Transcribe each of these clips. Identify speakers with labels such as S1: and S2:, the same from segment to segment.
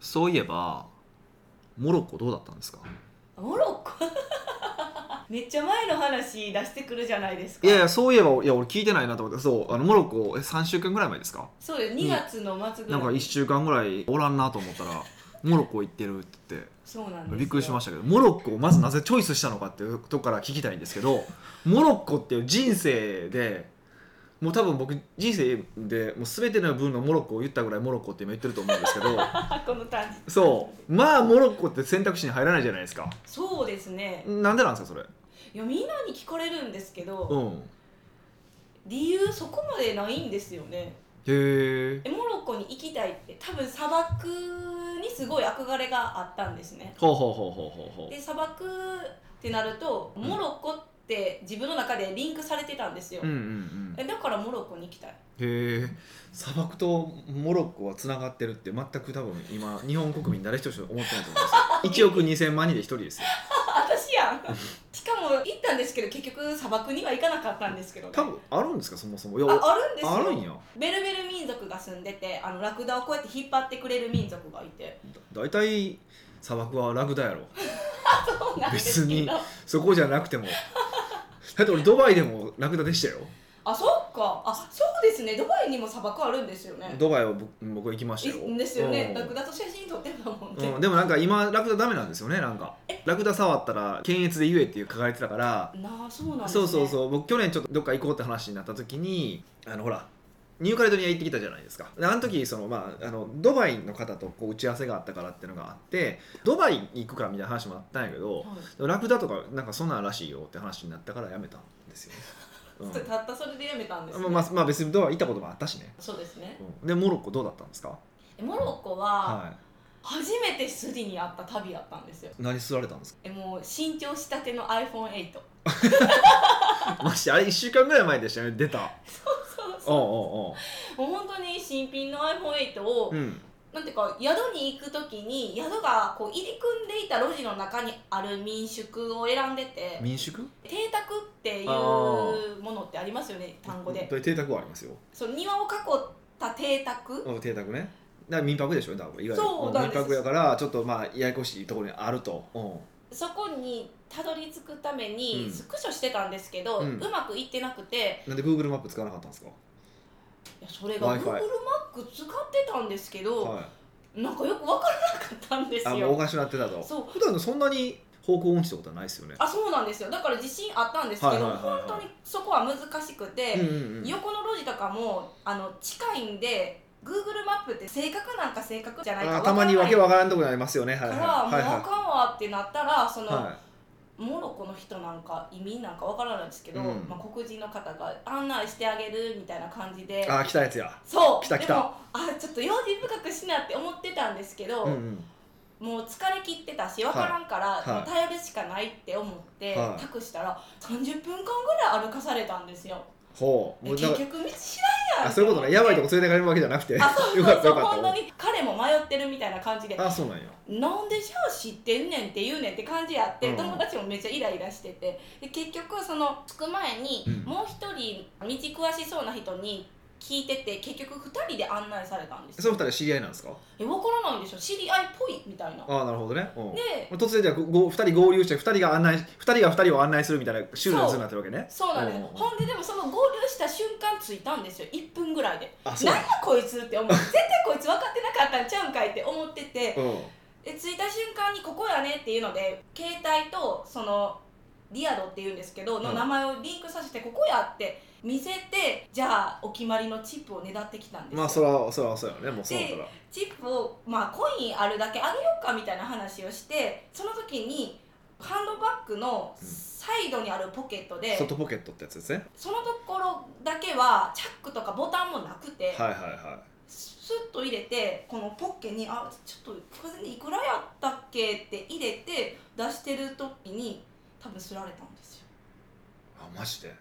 S1: そういえばモロッコどうだったんですか
S2: モロッコ めっちゃ前の話出してくるじゃないですか
S1: いやいやそういえばいや俺聞いてないなと思ってそうあのモロッコえ3週間ぐらい前ですか
S2: そうよ2月の末ぐ
S1: な
S2: ら
S1: ん
S2: い、
S1: か1週間ぐらいおらんなと思ったらモロッコ行ってるって言って
S2: そうなんですよ
S1: びっくりしましたけどモロッコをまずなぜチョイスしたのかっていうとこから聞きたいんですけどモロッコっていう人生でもう多分僕人生でもう全ての分のモロッコを言ったぐらいモロッコって今言ってると思うんですけど
S2: あ この短時
S1: そうまあモロッコって選択肢に入らないじゃないですか
S2: そうですね
S1: なんでなんですかそれ
S2: いやみんなに聞かれるんですけど、
S1: うん
S2: 理由そこまでないんですよね
S1: へえ
S2: えモロッコに行きたいって多分砂漠にすごい憧れがあったんですね
S1: ほうほうほうほうほうほう
S2: で砂漠ってなるとモロッコって自分の中でリンクされてたんですよ、
S1: うんうんうん
S2: えだからモロッコに行きたい
S1: へえ砂漠とモロッコはつながってるって全く多分今日本国民誰一人思ってないと思います1 億2000万人で1人ですよ
S2: あ私やんしかも行ったんですけど結局砂漠には行かなかったんですけどね、
S1: 多分あるんですかそもそもいや
S2: ああるんですよ
S1: あるんや
S2: ベルベル民族が住んでてあのラクダをこうやって引っ張ってくれる民族がいて
S1: だ大体砂漠はラクダやろ
S2: そうなんで
S1: 別
S2: すけど
S1: にそこじゃなくてもだって俺ドバイでもラクダでしたよ
S2: あそっかあそうですねドバイにも砂漠あるんですよね
S1: ドバイは僕僕行きましたよ
S2: いですよ
S1: う
S2: ね
S1: ん
S2: ラクダと写真撮ってたもんね、
S1: うん、でもなんか今ラクダダメなんですよねなんかラクダ触ったら検閲で言えっていう書かれてたから
S2: なあそうなんです
S1: そ
S2: ね
S1: うそう
S2: う
S1: そう僕去年ちょっとどっか行こうって話になった時にあのほらニューカレドニア行ってきたじゃないですかであの時その、まあ、あのドバイの方とこう打ち合わせがあったからっていうのがあってドバイ行くかみたいな話もあったんやけどでもラクダとかなんかそんなんらしいよって話になったからやめたんですよ、
S2: はい、た ったそれでやめたんです、
S1: う
S2: ね
S1: ん、まあ、まあ別にドバイ行ったこともあったしね、
S2: そうですね
S1: うん、でモロッコどうだったんですか
S2: えモロッコは
S1: は
S2: 初めてスリに会った旅やったんですよ
S1: い何吸られたんです
S2: えもう新調したての iPhone8
S1: かましてあれ1週間ぐらい前でしたよね出た
S2: そう そう
S1: おう
S2: もう本当に新品の iPhone8 を、
S1: おうおううん
S2: なんていうか宿に行く時に宿がこう入り組んでいた路地の中にある民宿を選んでて
S1: 民宿
S2: 邸宅っていう
S1: あー
S2: ものってありますよね単語で
S1: これ邸宅はありますよ
S2: その庭を囲った邸宅
S1: うん邸宅ねだから民泊でしょだからいわゆる
S2: そうなんです
S1: 民泊やからちょっとまあややこしいところにあると、う
S2: そこにたどり着くため
S1: う
S2: に
S1: ん
S2: スクショしてたんですけど、う
S1: うん
S2: まくいってなくて
S1: ん、なんで Google マップ使わなかったんですか、
S2: いやそれが
S1: Wi-Fi
S2: Google マップ使ってたんですけど、
S1: はい、
S2: なんかよく分からなかったんです
S1: あもうお
S2: よ
S1: かしくなってたと
S2: そう
S1: 普段のそんなに方向音痴ってことはないですよね
S2: あそうなんですよだから自信あったんですけど、
S1: はいはいはいはい
S2: 本当にそこは難しくて、
S1: うんうんうん
S2: 横の路地とかもあの近いんで Google マップって正確なんか正確じゃないか
S1: あ
S2: 分か
S1: た
S2: らな
S1: ま
S2: い
S1: にわけわからんとこにありますよねはいは
S2: か
S1: い
S2: らもう
S1: はい
S2: あ
S1: は
S2: かんわってなったらそ
S1: い
S2: の、
S1: は
S2: モロッコの人なんか移民なんかわからないですけど、
S1: うん
S2: まあ、黒人の方が案内してあげるみたいな感じで
S1: いあ来たやつや
S2: そう
S1: 来た来た
S2: でもあちょっと用心深くしなって思ってたんですけど、
S1: うんうん
S2: もう疲れ切ってたし分からんから、
S1: はいはい
S2: もう頼るしかないって思って、
S1: はい
S2: 託したら30分間ぐらい歩かされたんですよ
S1: ほう
S2: え
S1: もう
S2: 結
S1: なんか
S2: 局道知らんやん
S1: あそういうことねやばいと
S2: こ
S1: こ連れてかれるわけじゃなくてよ
S2: あ
S1: か
S2: そう
S1: った
S2: そ
S1: よ
S2: うそう
S1: か
S2: 本当
S1: っ
S2: に彼も迷ってるみたいな感じで
S1: たあそうなんや
S2: なんでじゃあ知ってんねんって言うねんって感じやって、
S1: うん
S2: 友達もめっちゃイライラしててで結局その着く前に
S1: うん
S2: もう一人道詳しそうな人に聞いてて結局二人で案内されたんです
S1: その
S2: よ
S1: 二人知り合いなんですか
S2: え分からないでしょ知り合いっぽいみたいな
S1: ああなるほどね、うん
S2: で
S1: 突然じゃあごご二人合流して二人が案内二人が二人を案内するみたいなシュールな図になってるわけね
S2: そうなんです
S1: うんうんうん
S2: ほんででもその合流した瞬間着いたんですよ1分ぐらいで
S1: あ
S2: 何やこいつって思う絶対こいつ分かってなかったんちゃうんかいって思ってて
S1: うん
S2: で着いた瞬間にここやねっていうので携帯とそのリアドっていうんですけどの
S1: うん
S2: 名前をリンクさせてここやって見せてじゃあお決まりのチップをねだってきたんですよ、
S1: まあそらそらそうやねもうそうだったら
S2: チップを、まあ、コインあるだけあげようかみたいな話をしてその時にハンドバッグの
S1: うん
S2: サイドにあるポケットで、
S1: 外ポケットってやつですね
S2: そのところだけはチャックとかボタンもなくて、
S1: はいはいは
S2: スッと入れてこのポッケに「あちょっとこれでいくらやったっけ?」って入れて出してる時に多分すられたんですよ
S1: いあマジで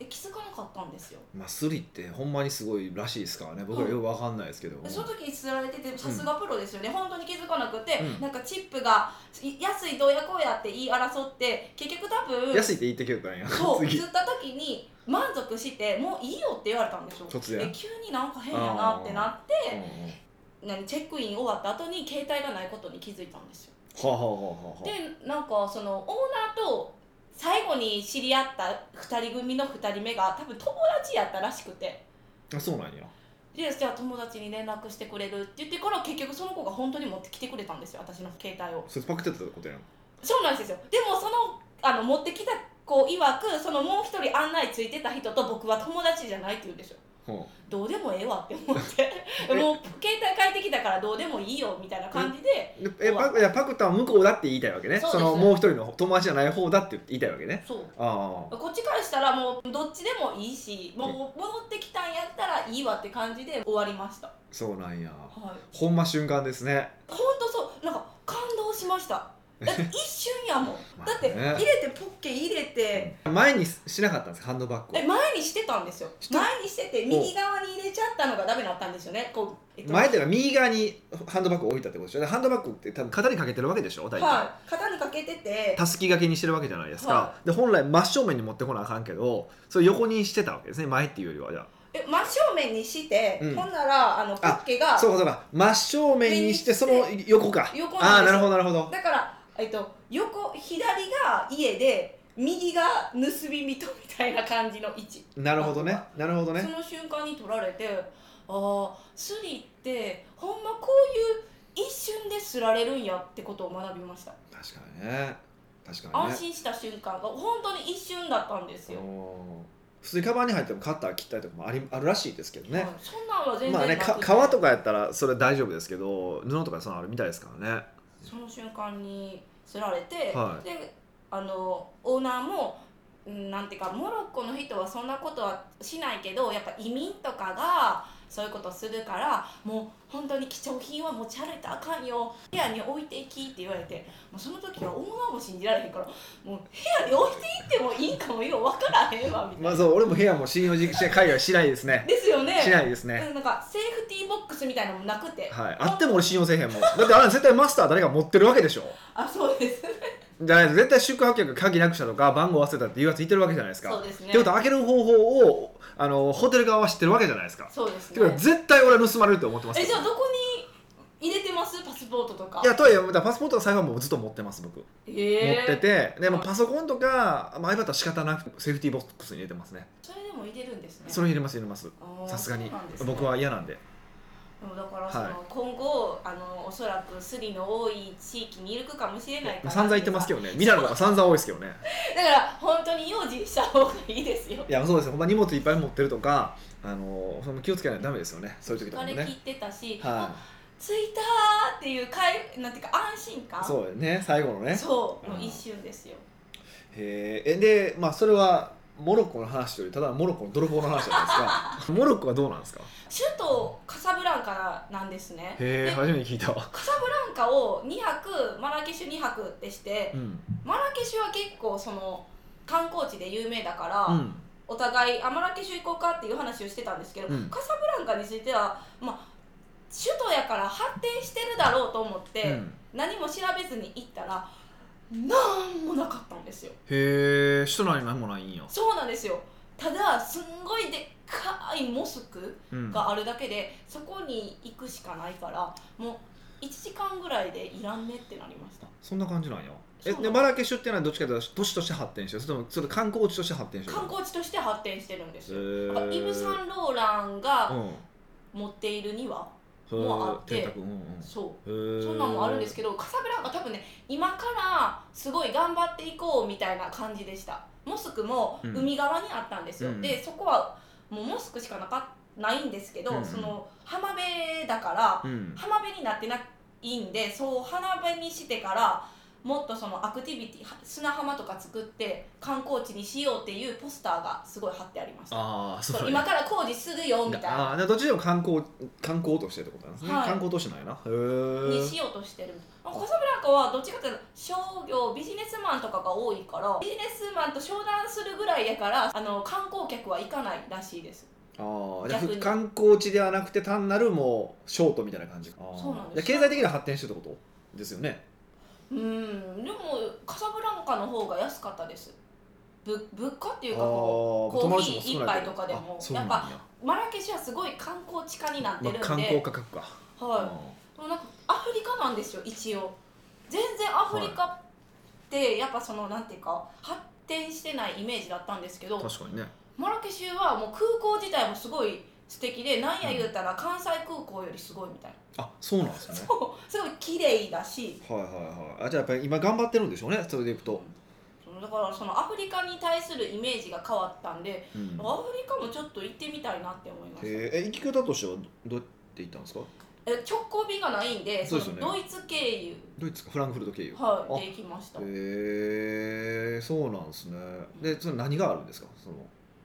S2: え気づかなかったんですよ
S1: まあスリってほんまにすごいらしいですからね僕はよくわかんないですけど、
S2: でその時にすられててさすがプロですよね、本当に気づかなくて、
S1: うん
S2: なんかチップがい安いどうやこうやって言い争って結局多分
S1: 安いって言ってきよったんや
S2: そう
S1: 次
S2: 釣った時に満足してもういいよって言われたんでしょ
S1: 突然
S2: え急になんか変やなってなって
S1: うんうん
S2: 何チェックイン終わった後に携帯がないことに気づいたんですよ
S1: はあはあはあはあは
S2: でなんかそのオーナーと最後に知り合った2人組の2人目が多分友達やったらしくて
S1: ああそうなんや
S2: でじゃあ友達に連絡してくれるって言ってから結局その子が本当に持ってきてくれたんですよ私の携帯を
S1: それパクってたってことやん
S2: そうなんですよでもそのあの持ってきた子曰くそのもう一人案内ついてた人と僕は友達じゃないって言うんですよ
S1: は
S2: どうでもええわって思ってもう携帯変えてきたからどうでもいいよみたいな感じで、
S1: あでえパクいやパクったは向こうだって言いたいわけね
S2: そ
S1: そう
S2: です
S1: のもう一人の友達じゃない方だって言いたいわけね
S2: そう
S1: ああ
S2: こっちからしたらもうどっちでもいいしもう戻ってきたんやったらいいわって感じで終わりました
S1: そうなんや
S2: はい
S1: ほんま瞬間ですね
S2: 本当そうなんか感動し ましただって一瞬やもん
S1: まあね
S2: だって入れてポッケ入れて
S1: 前にしなかったんですかハンドバッグを
S2: え前にしてたんですよ
S1: して
S2: 前にしてて右側に入れちゃったのがダメだったんですよねこう、えっと
S1: 前っていうのは右側にハンドバッグを置いたってことでしょでハンドバッグって多分肩にかけてるわけでしょ大体、
S2: はい肩にかけてて
S1: たすき掛けにしてるわけじゃないですか、
S2: は
S1: で本来真正面に持ってこなあかんけどそれ横にしてたわけですね前っていうよりはじゃあ
S2: え真正面にして、
S1: うん
S2: ほんならあのポッケが
S1: そうかそうか真正面にしてその横か
S2: 横
S1: あ
S2: な
S1: あー
S2: んです
S1: な
S2: よ
S1: るほどなるほど
S2: だから、えっと、横左が家で右が盗み人みたいな感じの位置、
S1: なるほどねなるほど
S2: そ
S1: ね
S2: の瞬間に取られてああスリってほんまこういう一瞬ですられるんやってことを学びました、
S1: 確かにね確かに
S2: 安
S1: ね
S2: 心した瞬間が本当に一瞬だったんですよ、
S1: うん普通にカバンに入ってもカッター切ったりとかもありあるらしいですけど
S2: はい
S1: ね、
S2: そんなんは全然
S1: まあね
S2: な
S1: か
S2: くて
S1: 革とかやったらそれ大丈夫ですけど布とかそのあるみたいですからね
S2: その瞬間にすられて、
S1: はい
S2: であのオーナーもうんなんていうかモロッコの人はそんなことはしないけどやっぱ移民とかがそういうことするからもう本当に貴重品は持ち歩いたらあかんよ部屋に置いていきって言われてもうその時はオーナーも信じられへんからもう部屋に置いていってもいいんかもよ分からへんわみたいな。
S1: まあそう俺も部屋も信用して海外しないですね
S2: ですよね
S1: しないですね、
S2: うんなんかセーフティーボックスみたいなのもなくて
S1: はい、あっても俺信用せえへんもんだってあれ絶対マスター誰か持ってるわけでしょ
S2: あそうです
S1: じゃないと絶対宿泊客鍵なくしたとか番号忘れたっていうやついてるわけじゃないですか
S2: そうですね
S1: ってことは開ける方法をあのホテル側は知ってるわけじゃないですか
S2: そうです
S1: てか
S2: ね
S1: 絶対俺は盗まれると思ってます
S2: え
S1: けど
S2: じゃあどこに入れてますパスポートとか
S1: いやとはいえだからパスポートは財布はもうずっと持ってます僕、持
S2: えー
S1: っててでも
S2: はい
S1: パソコンとか、まあ、iPad は仕方なくセーフティーボックスに入れてますね
S2: それでも入れるんですね
S1: それ入れます入れます
S2: あー
S1: さすがに
S2: そうなんですね
S1: 僕は嫌なんで
S2: でもだからその、
S1: はい
S2: 今後あのおそらくスリの多い地域にいるかもしれないから
S1: 散々言ってますけ
S2: ど
S1: どねミラノが散々多いですけどね
S2: だから本当に用心した方がいいですよ
S1: いやそうですよほんま荷物いっぱい持ってるとかあのその気をつけないとダメですよね そういう時とか
S2: 疲
S1: も
S2: れ切
S1: ね
S2: ってたし、
S1: は
S2: 着いたーっていうかいなんていうか安心感
S1: いそうよね最後のね
S2: そうの
S1: うん
S2: 一瞬ですよ
S1: へーえでまあそれはモロッコの話というよりただのモロッコの泥棒の話じゃないですか モロッコはどうなんですか
S2: 首都カサブランカなんですね
S1: へえ
S2: で
S1: 初めて聞いたわ、
S2: カサブランカを2泊マラケシュ2泊ってして
S1: うん
S2: マラケシュは結構その観光地で有名だから、
S1: うん、
S2: お互いあマラケシュ行こうかっていう話をしてたんですけど、
S1: うん
S2: カサブランカについては、まあ、首都やから発展してるだろうと思って、
S1: うん
S2: 何も調べずに行ったらなんもなかったんですよ
S1: へえ首都内に何もないんや、
S2: そうなんですよただすんごいでっかいモスク
S1: うん、
S2: があるだけで、そこに行くしかないからもう1時間ぐらいでいらんねってなりました
S1: そんな感じなんやえ
S2: そう
S1: でマラケシュっていうのはどっちかというと都市として発展してるそれともそれと観光地として発展してる
S2: 観光地として発展してるんですよ
S1: へ
S2: だ
S1: ー
S2: からイブ・サンローラン
S1: う
S2: が
S1: ん
S2: 持っているには、
S1: へー
S2: もあって
S1: 邸宅うんうん
S2: そう
S1: へえ
S2: そんなんもあるんですけどカサブランカ多分ね今からすごい頑張っていこうみたいな感じでしたモスクも
S1: うん
S2: 海側にあったんですよ、
S1: うん
S2: でそこはもうモスクしかなかないんですけど、
S1: うん
S2: その浜辺だから
S1: うん
S2: 浜辺になってないんでそう浜辺にしてからもっとそのアクティビティは砂浜とか作って観光地にしようっていうポスターがすごい貼ってありました
S1: ああそう
S2: そ
S1: な
S2: うん今
S1: や
S2: から工事するよみたい
S1: あ
S2: な
S1: あでどっちでも観光観光としてってことなんですね、
S2: はい
S1: 観光としてなんやなへ
S2: に
S1: え
S2: しようとしてるカサブランカはどっちかというと商業ビジネスマンとかが多いからビジネスマンと商談するぐらいやからあの観光客は行かないらしいです
S1: ああじゃあ
S2: 逆に
S1: 観光地ではなくて単なるもうショートみたいな感じああ
S2: そうなん
S1: じ
S2: で
S1: ゃあ
S2: す
S1: 経済的には発展してるってことですよね
S2: うんでもカサブランカの方が安かったですぶ物価って
S1: あ
S2: い
S1: あ
S2: うかこ
S1: コ
S2: コーヒー一杯とかでも
S1: そうなんや
S2: やっぱうマラケシュはすごい観光地化になって
S1: ま
S2: る
S1: あ
S2: んで、
S1: 観光価格か
S2: は
S1: う
S2: いもうなんかアフリカなんですよ一応全然アフリカってやっぱそのなんていうか発展してないイメージだったんですけど
S1: ん確かにね
S2: マラケシュはもう空港自体もすごい素敵でなんや言うたら関西空港よりすごいみたい
S1: あそうなんです
S2: な、
S1: ね
S2: そうすごい綺麗だし
S1: はいはいはいあじゃあやっぱり今頑張ってるんでしょうねそれでいくと、
S2: そのだからそのアフリカに対するイメージが変わったんで
S1: うん
S2: アフリカもちょっと行ってみたいなって思いま
S1: へ
S2: した
S1: ええ行き方としてはどどうやって行ったんですか
S2: え直行便がないんで
S1: そうですよね
S2: そのドイツ経由、
S1: ドイツかフランクフルト経由
S2: はい、で行きました
S1: へえそうなんですねでそれ何があるんですかその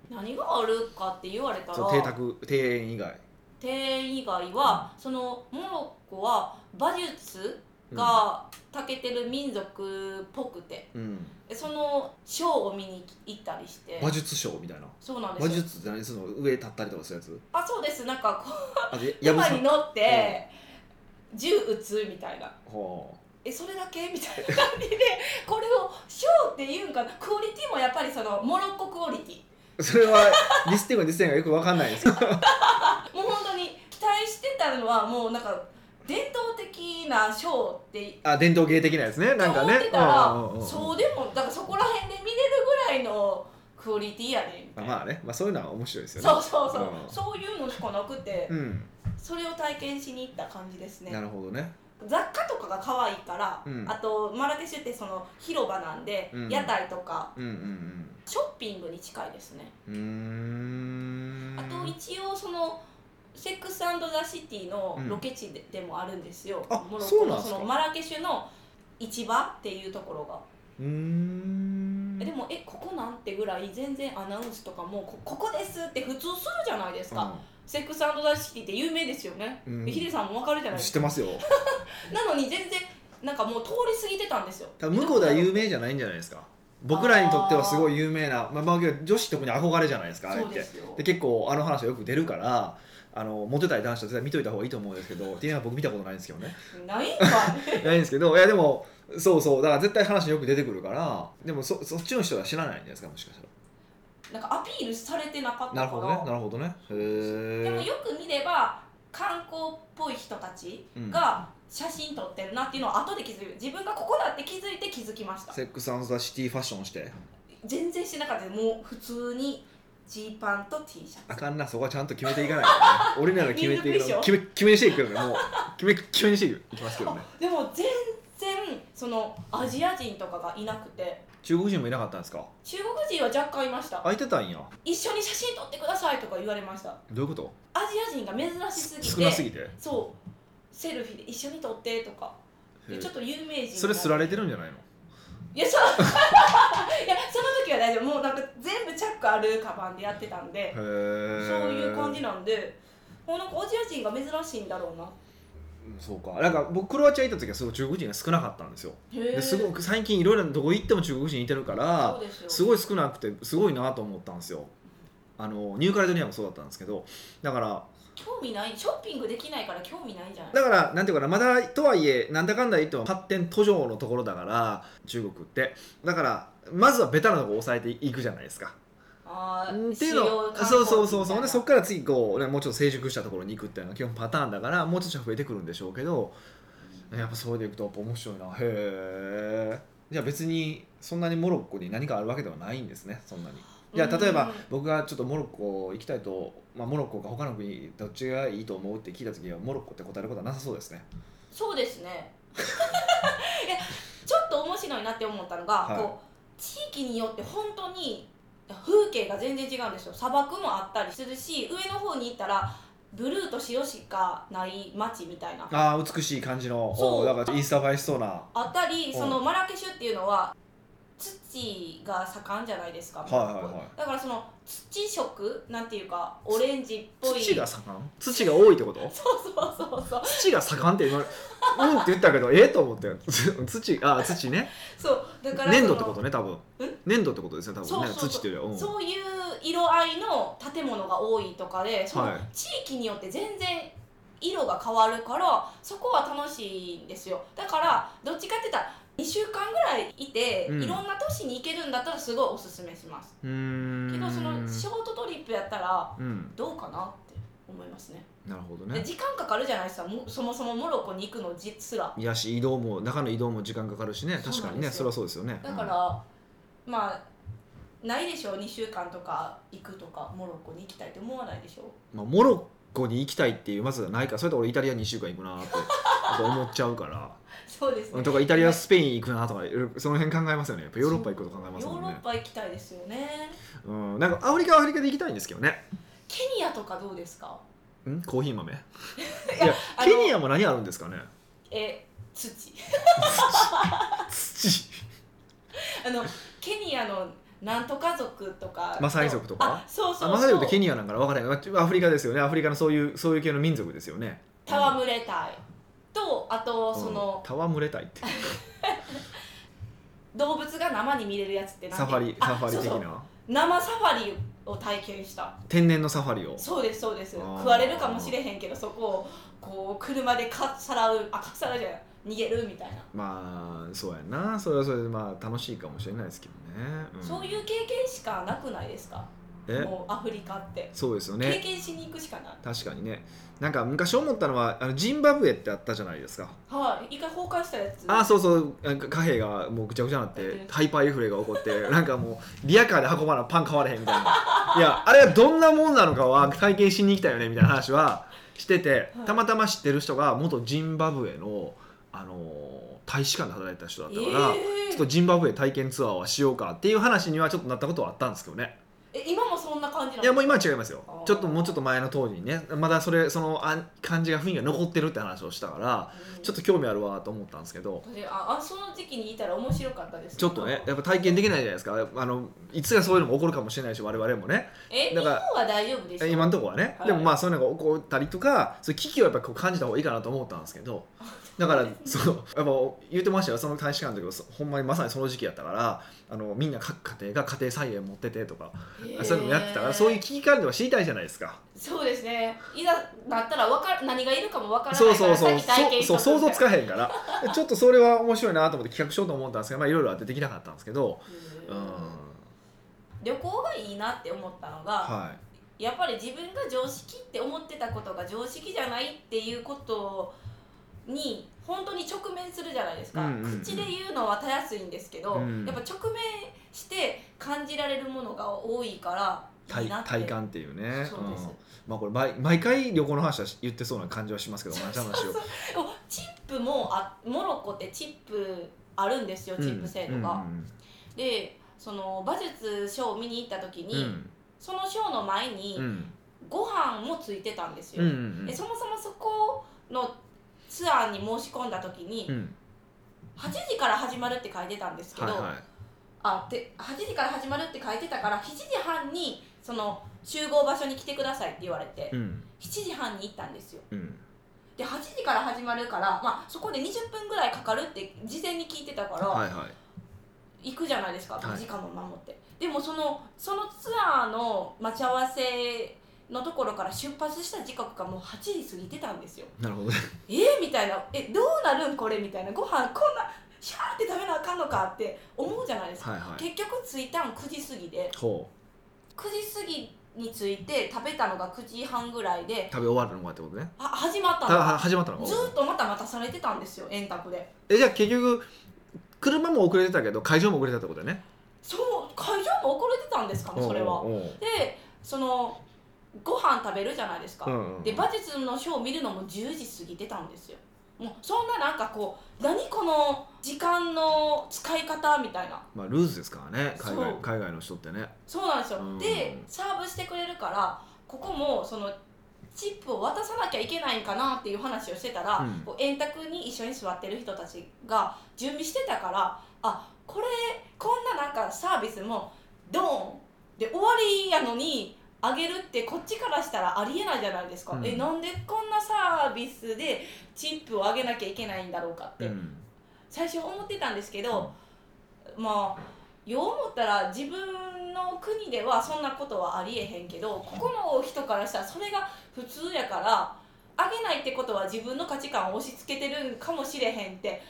S2: 何があるかって言われた
S1: その邸
S2: ら
S1: 宅庭園以外
S2: 庭園以外はそのモロッコは馬術
S1: うん
S2: が長けてる民族っぽくて、
S1: うん、
S2: そのショーを見に行ったりして
S1: 馬術ショーみたいな
S2: そうなんです
S1: 馬
S2: よ
S1: 術って何その上立ったりとかするやつ
S2: あそうですなんかこう
S1: あでやぶ
S2: 馬
S1: さ
S2: に乗って銃撃つみたいな
S1: は
S2: えそれだけみたいな感じでこれをショーっていうんかなクオリティもやっぱりそのモロッコクオリティ
S1: あ、それはディスティングディスティングがよくわかんないですけ ど
S2: もう本当に期待してたのはもうなんか伝統的なショーって
S1: あ伝統芸的なやつねなんか
S2: 思
S1: ね
S2: ってたら、
S1: うんうんうんうん
S2: そうでもだからそこら辺で見れるぐらいのクオリティやねみた
S1: あ
S2: いな、
S1: まあね、まあ、そういうのは面白いですよね
S2: そうそうそう、
S1: うん
S2: そういうのしかなくて、
S1: うん、
S2: それを体験しに行った感じですね
S1: なるほどね
S2: 雑貨とかが可愛いから、
S1: うん
S2: あとマラケシュってその広場なんで、
S1: うん
S2: 屋台とか
S1: うんうん
S2: ショッピングに近いですね、
S1: うんうーん
S2: あと一応そのセックスザ・シティのロケ地で,、でもあるんですよ
S1: あ
S2: モロッ
S1: そ
S2: コ
S1: うなん
S2: の
S1: すか
S2: そのマラケシュの市場っていうところが、
S1: うーん
S2: えでもえここなんてぐらい全然アナウンスとかもこここですって普通するじゃないですか、セックスザ・シティって有名ですよね、
S1: うん
S2: ヒデさんもわかるじゃないですか
S1: 知ってますよ
S2: なのに全然なんかもう通り過ぎてたんですよ
S1: 多分向こうでは有名じゃないんじゃないですか僕らにとってはすごい有名なまあ、まあ、女子特に憧れじゃないですかあれっ
S2: そう
S1: て
S2: ですよ
S1: で結構あの話はよく出るからあのモテたい男子は絶対見といた方がいいと思うんですけどっていうのは僕見たことないんですけどね
S2: ないんかね
S1: ないんですけどいやでもそうそうだから絶対話によく出てくるからでもそそっちの人は知らないんじゃないですかもしかした
S2: なんかアピールされてなかったから
S1: なるほどねなるほどねへ
S2: でも
S1: え
S2: よく見れば観光っぽい人たちが写真撮ってるなっていうのを後で気づい自分がここだって気づいて気づきました
S1: セックスザ・シティファッションして
S2: 全然してなかったですもう普通にジーパンと T シャ
S1: あ
S2: ツ
S1: かんなそこはちゃんと決めていかないとね 俺なら決めてい
S2: 民
S1: く
S2: 族衣装
S1: 決め決めにしていくよねもう決め決めにしていくいきますけどね
S2: でも全然そのアジア人とかがいなくて
S1: 中国人もいなかったんですか
S2: 中国人は若干いました
S1: 空いてたんや
S2: 一緒に写真撮ってくださいとか言われました
S1: どういうこと
S2: アジア人が珍しすぎて
S1: 少なすぎて
S2: そうセルフィーで一緒に撮ってとかでちょっと有名人
S1: それすられて
S2: る
S1: るんじゃないの
S2: いやそう いやその時は大丈夫もうなんか全部チャックあるカバンでやってたんで
S1: へ
S2: そう
S1: え
S2: いう感じなんでもうなんかアジア人が珍しいんだろうな
S1: そうかなんか僕クロアチア行った時はすごい中国人が少なかったんですよ
S2: へえ
S1: ですごく最近いろいろどこ行っても中国人いてるか
S2: そう
S1: ら
S2: ですよ
S1: すごい少なくてすごいなと思ったんですよあのニューカレドニアもそうだったんですけどだから
S2: 興味ないショッピングできないから興味ないんじゃない
S1: だからなんていうかなまだとはいえなんだかんだ言っても発展途上のところだから中国ってだからまずはベタなとこ抑えていくじゃないですか
S2: ああ
S1: っていうのそうそうそうそうでそこから次こう、ね、もうちょっと成熟したところに行くっていうのが基本パターンだからもうちょっと増えてくるんでしょうけどやっぱそうでいくとやっぱ面白いなへえじゃあ別にそんなにモロッコに何かあるわけではないんですねそんなにじゃあ例えば僕がちょっとモロッコ行きたいと、まあ、モロッコか他の国どっちがいいと思うって聞いた時はモロッコって答えることはなさそうですね
S2: そうですねいやちょっと面白いなって思ったのが、
S1: はい
S2: こう地域によって本当に風景が全然違うんですよ砂漠もあったりするし上の方に行ったらブルーと白しかない街みたいな
S1: ああ美しい感じの
S2: そう
S1: おだからインスタ映えしそうな
S2: あったり
S1: お
S2: そのマラケシュっていうのは土が盛んじゃないですか、
S1: いはいはい
S2: だからその土色なんていうかオレンジっぽい
S1: 土が盛ん土が多いってこと
S2: そうそうそうそう
S1: 土が盛んって今うんって言ったけどええと思ったよ 土あ土ね
S2: そうだから
S1: 粘土
S2: その
S1: ってことね多分
S2: ん
S1: 粘土ってことですね多分ね
S2: そうそうそう
S1: 土っていうよりは、うん、
S2: そういう色合いの建物が多いとかでそ
S1: は
S2: の
S1: い
S2: 地域によって全然色が変わるからそこは楽しいんですよだからどっちかって言ったら2週間ぐらいいて、
S1: うん
S2: いろんな都市に行けるんだったらすごいおすすめします
S1: うーん
S2: けどそのショートトリップやったら
S1: うん
S2: どうかなって思いますね
S1: なるほど
S2: で
S1: ね
S2: 時間かかるじゃないですかもそもそもモロッコに行くの実ら
S1: いやし移動も中の移動も時間かかるしね確かにねそ
S2: そ
S1: れ
S2: うな
S1: はそうですよね
S2: だから、まあないでしょ2週間とか行くとかモロッコに行きたいって思わないでしょ
S1: うんまあ、モロッコに行きたいっていうまずはないからそれと俺イタリア2週間行くなーってやっぱ思っちゃうから
S2: そうです
S1: う
S2: ね
S1: んとかイタリアスペイン行くなとかいろいろその辺考えますよねやっぱヨーロッパ行くこと考えます
S2: ヨ
S1: も
S2: ー
S1: ん
S2: ロ
S1: ね
S2: ッパ行きたいですよね
S1: うんなんかアフリカはアフリカで行きたいんですけどね
S2: ケニアとかどうですか
S1: んコーヒー豆い
S2: や
S1: や
S2: あの
S1: ケニアも何あるんですかね
S2: え土
S1: 土
S2: あのケニアのなんとか族とか
S1: マサイ族とか
S2: あそうそうそ
S1: あ
S2: う
S1: マサイ族ってケニアなんかな分からないアフリカですよねアフリカのそういうそういう系の民族ですよね
S2: 戯れたいとあとその、
S1: うん戯れたいって
S2: 動物が生に見れるやつってなんて
S1: サファリ
S2: あ
S1: サファリ的な
S2: そうそう生サファリを体験した
S1: 天然のサファリを
S2: そうですそうです
S1: あー
S2: 食われるかもしれへんけどそこをこう車でかっさらうあかっさらうじゃない逃げるみたいな、
S1: まあそうやなそれはそれでまあ楽しいかもしれないですけどね、ん
S2: そういう経験しかなくないですか
S1: え
S2: もうアフリカって、
S1: そうですよね
S2: 経験しに行くしかない
S1: 確かにねなんか昔思ったのはあのジンバブエってあったじゃないですか
S2: はい一回崩壊したやつ
S1: ああそうそうなんか貨幣がもうぐちゃぐちゃになってハイパーインフレが起こってなんかもうリアカーで運ばなパン買われへんみたいないやあれはどんなもんなのかは体験しに行きたいよねみたいな話はしてて
S2: はい
S1: たまたま知ってる人が元ジンバブエの、あのー大使館で働いてた人だったから、
S2: え
S1: ちょっ
S2: ー
S1: とジンバブエ体験ツアーはしようかっていう話にはちょっとなったことはあったんですけどね
S2: え今もそんな感じない
S1: やもう今は違いますよ
S2: あー
S1: ちょっともうちょっと前の当時にねまだそれそのあ感じが雰囲気が残ってるって話をしたからちょっと
S2: と
S1: 興味あるわと思ったんですけど
S2: ああその時期にいたら面白かったです
S1: ちょっとねやっぱ体験できないじゃないですかあのいつかそういうのも起こるかもしれないし我々もね
S2: え日
S1: だ
S2: 本
S1: から
S2: は大丈夫でしょ
S1: 今のところはね、
S2: はい
S1: でもまあそういうのが起こったりとかそういう危機をやっぱこう感じた方がいいかなと思ったんですけどだからそうやっぱ言ってましたよその大使館の時はそほんまにまさにその時期やったからあのみんな各家庭が家庭菜園持っててとか、
S2: へー
S1: そういうのもやってたからそういう危機感とか知りたいじゃないですか。
S2: そうですねいざなったらわか何がいるかもわからないか
S1: そう
S2: ら
S1: そうそう
S2: 先体験し
S1: そ
S2: と
S1: う
S2: く
S1: そう想像つか
S2: へ
S1: へんから ちょっとそれは面白いなと思って企画しようと思ったんですけどまあいろいろあってできなかったんですけど
S2: ー
S1: うん
S2: 旅行がいいなって思ったのが、
S1: は
S2: やっぱり自分が常識って思ってたことが常識じゃないっていうことに本当に直面するじゃないですか、
S1: うんうんうん
S2: 口で言うのはたやすいんですけど、
S1: うん
S2: やっぱ直面して感じられるものが多いからい
S1: い
S2: いな
S1: 体
S2: って
S1: 体感っていうね
S2: そうです
S1: んまあこれ毎毎回旅行の話は言ってそうな感じはしますけど同じ話を
S2: でもチップもあモロッコってチップあるんですよチップ制度が。でその馬術ショーを見に行った時
S1: うんう
S2: に、
S1: ん
S2: そのショーの前に
S1: うんうん
S2: ご飯もついてたんですよ、
S1: うんうん
S2: でそもそもそこのツアーに申し込んだ時に、
S1: うん
S2: 8時から始まるって書いてたんですけど、
S1: はいはい
S2: あで8時から始まるって書いてたから7時半にその集合場所に来てくださいって言われて、
S1: うん
S2: 7時半に行ったんですよ
S1: うん
S2: で8時から始まるから、まあ、そこで20分ぐらいかかるって事前に聞いてたから、
S1: はいはい
S2: 行くじゃないですか
S1: はい
S2: 時間も守って、でもそのそのツアーの待ち合わせのところから出発した時刻がもう8時過ぎてたんですよ
S1: なるほどね
S2: えー、みたいなえどうなるんこれみたいなご飯こんなシャーって食べなあかんのかって思うじゃないですか、
S1: はいはい
S2: 結局着いたん9時過ぎで
S1: ほう
S2: 9時過ぎに着いて食べたのが9時半ぐらいで
S1: 食べ終わるのがってことね
S2: あ始まったたの
S1: は始まったのか
S2: ずーっとまた待たされてたんですよ円卓で
S1: えじゃあ結局車も遅れてたけど会場も遅れてたってことだよね
S2: そう会場も遅れてたんですかねそれは
S1: うんうん
S2: でそのご飯食べるじゃないですか、
S1: うんうん
S2: で馬術のショーを見るのも10時過ぎてたんですよもうそんななんかこう何この時間の使い方みたいな
S1: まあルーズですからね海
S2: そ
S1: 外
S2: う
S1: 海外の人ってね
S2: そうなんですよ、
S1: うん
S2: でサーブしてくれるからここもそのチップを渡さなきゃいけないんかなっていう話をしてたら、
S1: うん
S2: こう円卓に一緒に座ってる人たちが準備してたからあこれこんななんかサービスもドーンで終わりやのにあげるってこっちからしたらありえないじゃないですか、
S1: うん
S2: えなんでこんなサービスでチップをあげなきゃいけないんだろうかって、
S1: うん
S2: 最初思ってたんですけど、まあよう思ったら自分の国ではそんなことはありえへんけどここの人からしたらそれが普通やからあげないってことは自分の価値観を押し付けてるんかもしれへんって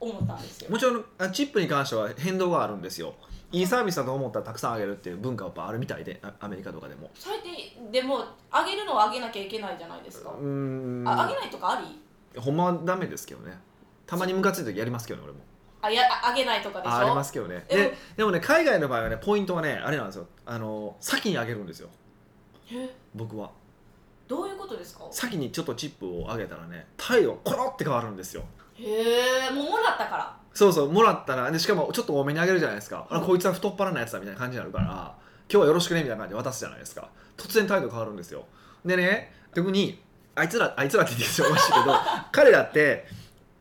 S2: 思ったんですよ
S1: もちろんあチップに関しては変動があるんですよいいサービスだと思ったらたくさんあげるっていう文化はやっぱあるみたいであアメリカとかでも
S2: 最低でもあげるのはあげなきゃいけないじゃないですか、
S1: うーん
S2: ああげないとかあり
S1: ほんまはダメですけどねたまにムカついた時やりますけどね俺も
S2: あやああげないとかでしょ
S1: あありますけどね
S2: でも
S1: ででもね海外の場合はねポイントはねあれなんですよあの先にあげるんですよ
S2: え
S1: 僕は
S2: どういうことですか
S1: 先にちょっとチップをあげたらね態度がコロって変わるんですよ
S2: へえもうもらったから
S1: そうそうもらったらでしかもちょっと多めにあげるじゃないですか、あこいつは太っ腹なやつだみたいな感じになるから今日はよろしくねみたいな感じで渡すじゃないですか突然態度変わるんですよでね特にあいつらあいつらって言ってきておかしいけど 彼らって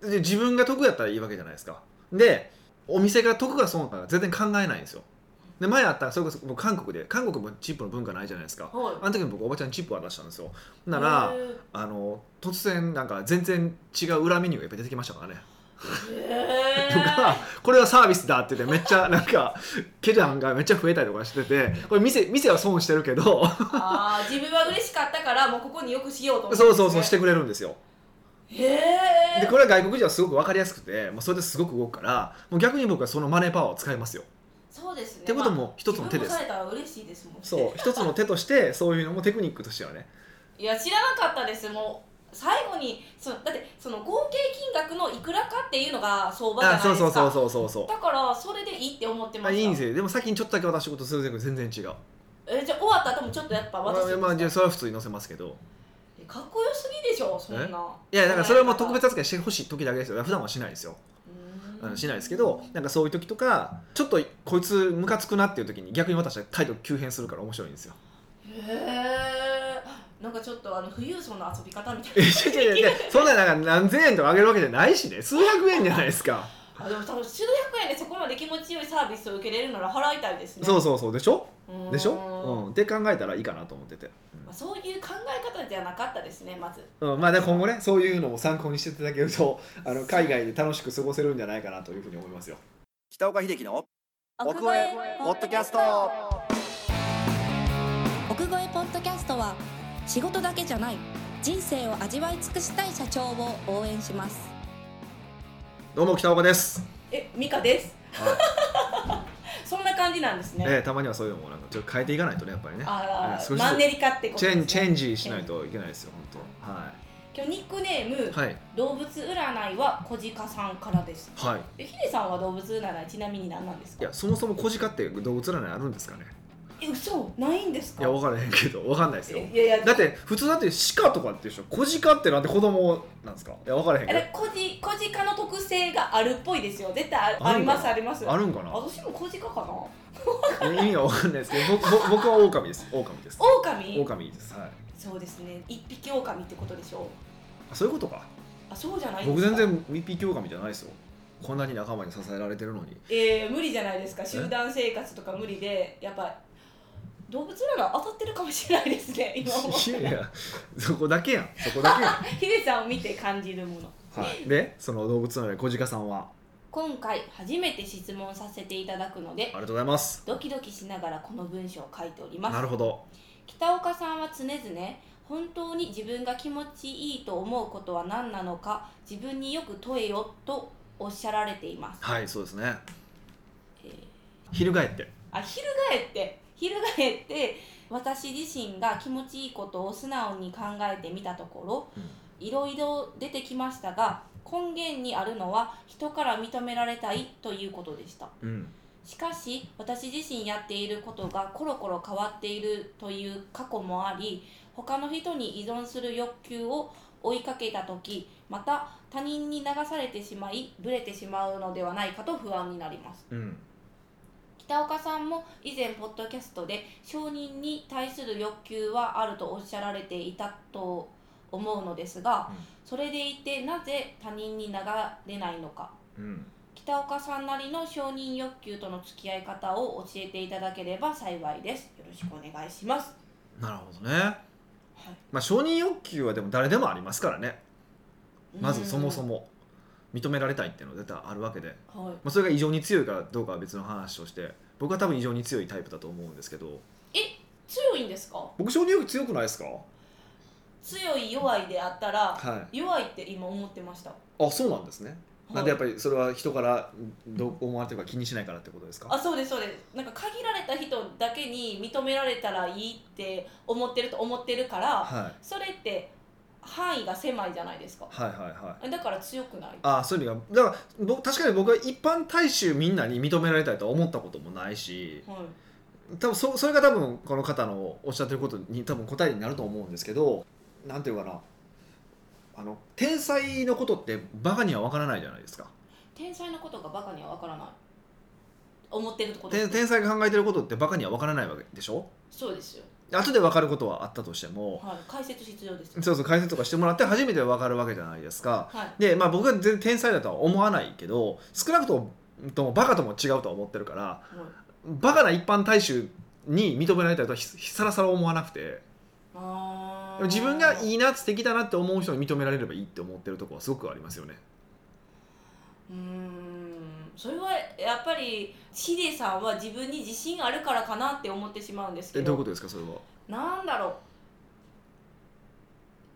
S1: で自分が得やったらいいわけじゃないですかでお店が得か損かが全然考えないんですよで前あったそれこそ僕韓国で韓国もチップの文化ないじゃないですか
S2: はい
S1: あの時も僕おばちゃんにチップ渡したんですよなら
S2: へ
S1: あの突然なんか全然違う裏メニューがいっぱい出てきましたからね
S2: え
S1: とか、これはサービスだって言ってめっちゃなんかケジャンがめっちゃ増えたりとかしててこれ店店は損してるけ ど
S2: あー自分は嬉しかったからもうここによくしようと思って、
S1: そうそうそうしてくれるんですよ
S2: へえ
S1: でこれは外国人はすごく分かりやすくてもうそれですごく動くからもう逆に僕はそのマネーパワーを使いますよ
S2: そうですね
S1: ってことも一つの手です
S2: まあ自分もされたら嬉しいですもんね
S1: そう一つの手としてそういうのもテクニックとしてはね
S2: いや知らなかったですもう最後にそのだってその合計金額のいくらかっていうのが相場じゃない
S1: あ
S2: です
S1: そ
S2: か
S1: うそうそうそうそうそう
S2: だからそれでいいって思ってま
S1: あ
S2: した
S1: いいんですよでも先にちょっとだけ渡すことするだけで全然違う
S2: えじゃあ終わった後もちょっとやっぱ
S1: ま
S2: 私
S1: あ、まあ、じゃあそれは普通に載せますけど
S2: えかっこよすぎでしょそんない
S1: いやだからそれはもう特別扱いしてほしい時だけですよ普段はしないですよあのしないですけどなんかそういう時とかちょっとこいつムカつくなっていう時に逆に私は態度急変するから面白いんですよ。
S2: へえんかちょっとあの富裕層の遊び方みた
S1: え
S2: い
S1: 違う違う違うそんななんか何千円とかあげるわけじゃないしね数百円じゃないですか。
S2: なあでも多分数百円でそこまで気持ちよいサービスを受けれるなら払いたいですね
S1: そうそうそうでしょ
S2: う
S1: でしょ、
S2: ん
S1: うん、って考えたらいいかなと思ってて、
S2: まあ、そういう考え方じゃなかったですねまず
S1: うんうんまあ、で今後ねそういうのも参考にしていただけるとあの海外で楽しく過ごせるんじゃないかなというふうに思いますよ。
S3: 北岡秀樹の奥越えポッドキャスト
S4: 奥越えポッドキャストは仕事だけじゃない人生を味わい尽くしたい社長を応援します
S1: どうも北岡です。
S2: えミカです
S1: はい
S2: そんな感じなんですね
S1: ええたまにはそういうのもなんかちょっと変えていかないとねやっぱりね。
S2: あ
S1: ええ
S2: あ
S1: 少しずつ
S2: マンネリ化ってこと
S1: チ
S2: で
S1: ェ
S2: すね
S1: ンチェンジしないといけないですよ本当。は
S2: 今日ニックネーム、
S1: いはい
S2: 動物占いは小鹿さんからです
S1: はい。
S2: えヒデさんは動物占いちなみに何なんです
S1: い
S2: か
S1: やそもそも小鹿って動物占いあるんですかね
S2: え嘘ないんです
S1: い
S2: か
S1: や分からへんけど分かんないですよ
S2: えいやいや
S1: だって普通だって鹿とかってでしょ小鹿ってなんて子供なんですかいや分からへん
S2: あ
S1: け
S2: れ小じ小鹿の特性があるっぽいですよ絶対あ
S1: あ
S2: あ
S1: る
S2: り
S1: んだ
S2: ますあります
S1: どあるんか
S2: 私も小鹿かな
S1: な意味が分かんないですけど僕僕僕は狼です狼です
S2: 狼
S1: 狼ですはい
S2: そうですね一匹狼ってことでしょ
S1: あそういうことか
S2: あそうじゃないですか
S1: 僕全然一匹狼じゃないですよこんなに仲間に支えられてるのに
S2: えー、無理じゃないですか集団生活とか無理でやっぱ動物なら当たってるかもしれないです ね今も
S1: いやいやそこだけやんそこだけ や
S2: ヒデさんを見て感じるもの
S1: ん、はい、でその動物なので小鹿さんは
S2: 今回初めて質問させていただくの
S1: あ
S2: で
S1: りがとうございます
S2: ドキドキしながらこの文章を書いております
S1: なるほど
S2: 北岡さんは常々本当に自分が気持ちいいと思うことは何なのか自分によく問えよとおっしゃられています、
S1: はいそうですね
S2: えー
S1: 翻って
S2: あ翻って翻って私自身が気持ちいいことを素直に考えてみたところ
S1: うん
S2: いろいろ出てきましたが根源にあるのは人から認められたいということでした
S1: うん
S2: しかし私自身やっていることがコロコロ変わっているという過去もあり他の人に依存する欲求を追いかけた時また他人に流されてしまいブレてしまうのではないかと不安になります
S1: うん
S2: 北岡さんも以前ポッドキャストで承認に対する欲求はあるとおっしゃられていたと思うのですが、
S1: うん
S2: それでいてなぜ他人に流れないのか
S1: うん
S2: 北岡さんなりの承認欲求との付き合い方を教えていただければ幸いですよろしくお願いします
S1: なるほどねまあ、承認欲求はでも誰でもありますからねまずそもそ
S2: も、
S1: も認められたいっていうのは絶対あるわけで、
S2: はい
S1: まあ、それが異常に強いかどうかは別の話として僕は多分異常に強いタイプだと思うんですけど
S2: 強いんですか
S1: 僕承認欲求強くないですか
S2: 強い弱いであったら
S1: は
S2: 弱いって今思ってました
S1: いあそうなんですねなんでやっぱりそれは人からどう思われてるか気にしないからってことです
S2: あ
S1: か
S2: そうですそうですなんか限られた人だけに認められたらいいって思ってると思ってるから
S1: はい
S2: それって範囲が狭いじゃないですか
S1: はいはいはい
S2: だから強くない
S1: あそういう意味がだから僕確かに僕は一般大衆みんなに認められたいとは思ったこともないし
S2: はい
S1: 多分そそれが多分この方のおっしゃってることに多分答えになると思うんですけどなんていうかなあの天才のことってバカには分からないじゃないですか
S2: 天才のことがバカには分からない思ってること
S1: 天天才が考えてることってバカには分からないわけでしょ
S2: そうですよ、
S1: 後で分かることはあったとしても
S2: はい、解説必要ですよ
S1: そうそう解説とかしてもらって初めて分かるわけじゃないですか
S2: はい
S1: でまあ僕は全然天才だとは思わないけど少なくともともバカとも違うとは思ってるから
S2: はい
S1: バカな一般大衆に認められたいとはひひさらさら思わなくて
S2: あー
S1: 自分がいいな素敵だなって思う人に認められればいいって思ってるところはすごくありますよね
S2: うーんそれはやっぱりヒデさんは自分に自信あるからかなって思ってしまうんですけ
S1: え
S2: ど
S1: どういうことですかそれは
S2: なんだろ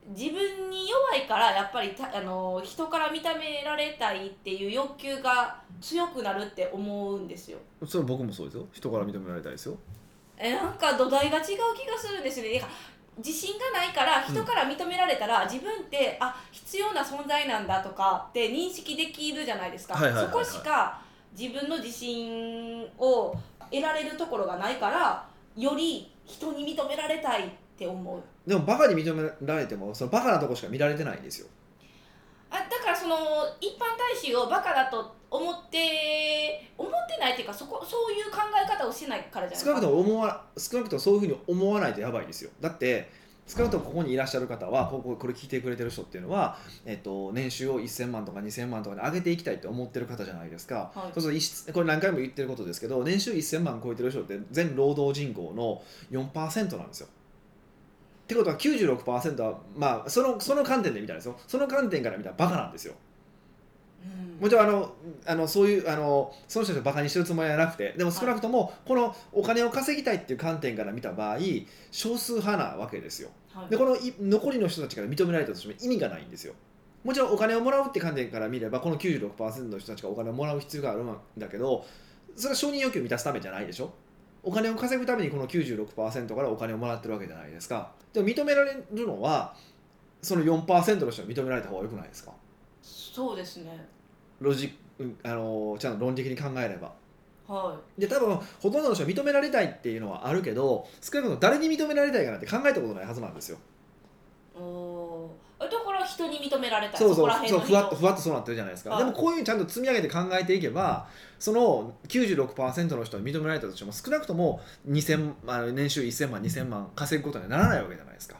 S2: う自分に弱いからやっぱりたあの人から認められたいっていう欲求が強くなるって思うんですよ
S1: それ僕もそうですよ人から認められたいですよ
S2: えなんか土台が違う気がするんですよねなんか自信がないから人から認められたら、自分ってあ必要な存在なんだとかって認識できるじゃないですか、
S1: はいはいはいはい
S2: そこしか自分の自信を得られるところがないからより人に認められたいって思う
S1: でもバカに認められてもそのバカなとこしか見られてないんですよ
S2: あだからその一般大衆をバカだと思って思ってないっていうかそこそういう考え方をしてないからじゃない
S1: 少なくとも思わ少なくともそういうふうに思わないとやばいですよだって少なくともここにいらっしゃる方はこここれ聞いてくれてる人っていうのは、えっと、年収を1000万とか2000万とかに上げていきたいって思ってる方じゃないですか、
S2: は
S1: そ
S2: い
S1: うすると一室これ何回も言ってることですけど年収1000万超えてる人って全労働人口の4%なんですよ。ってことは96%は、まあ、そのその観点で見たらですよその観点から見たらバカなんですよ。
S2: うん
S1: もちろんあのあのそういうあのその人たちをバカにしてるつもりはなくてでも少なくともこのお金を稼ぎたいっていう観点から見た場合少数派なわけですよ
S2: はい
S1: でこのい残りの人たちから認められたとしても意味がないんですよもちろんお金をもらうって観点から見ればこの96%の人たちがお金をもらう必要があるんだけどそれは承認欲求を満たすためじゃないでしょお金を稼ぐためにこの96%からお金をもらってるわけじゃないですかでも認められるのはその4%の人に認められた方がよくないですか
S2: そうですね
S1: ロジうんあのちゃんと論理的に考えれば
S2: はい
S1: で多分ほとんどの人は認められたいっていうのはあるけど少なくとも誰に認められたいかなんて考えたことないはずなんですよ
S2: おーだから人に認められたい
S1: そうそう
S2: こら辺
S1: そう
S2: の
S1: ふわっとふわっとそうなってるじゃないですか、
S2: はい
S1: でもこういうのちゃんと積み上げて考えていけばその96%の人に認められたとしても少なくとも2000あの年収1000万2000万稼ぐことにはならないわけじゃないですか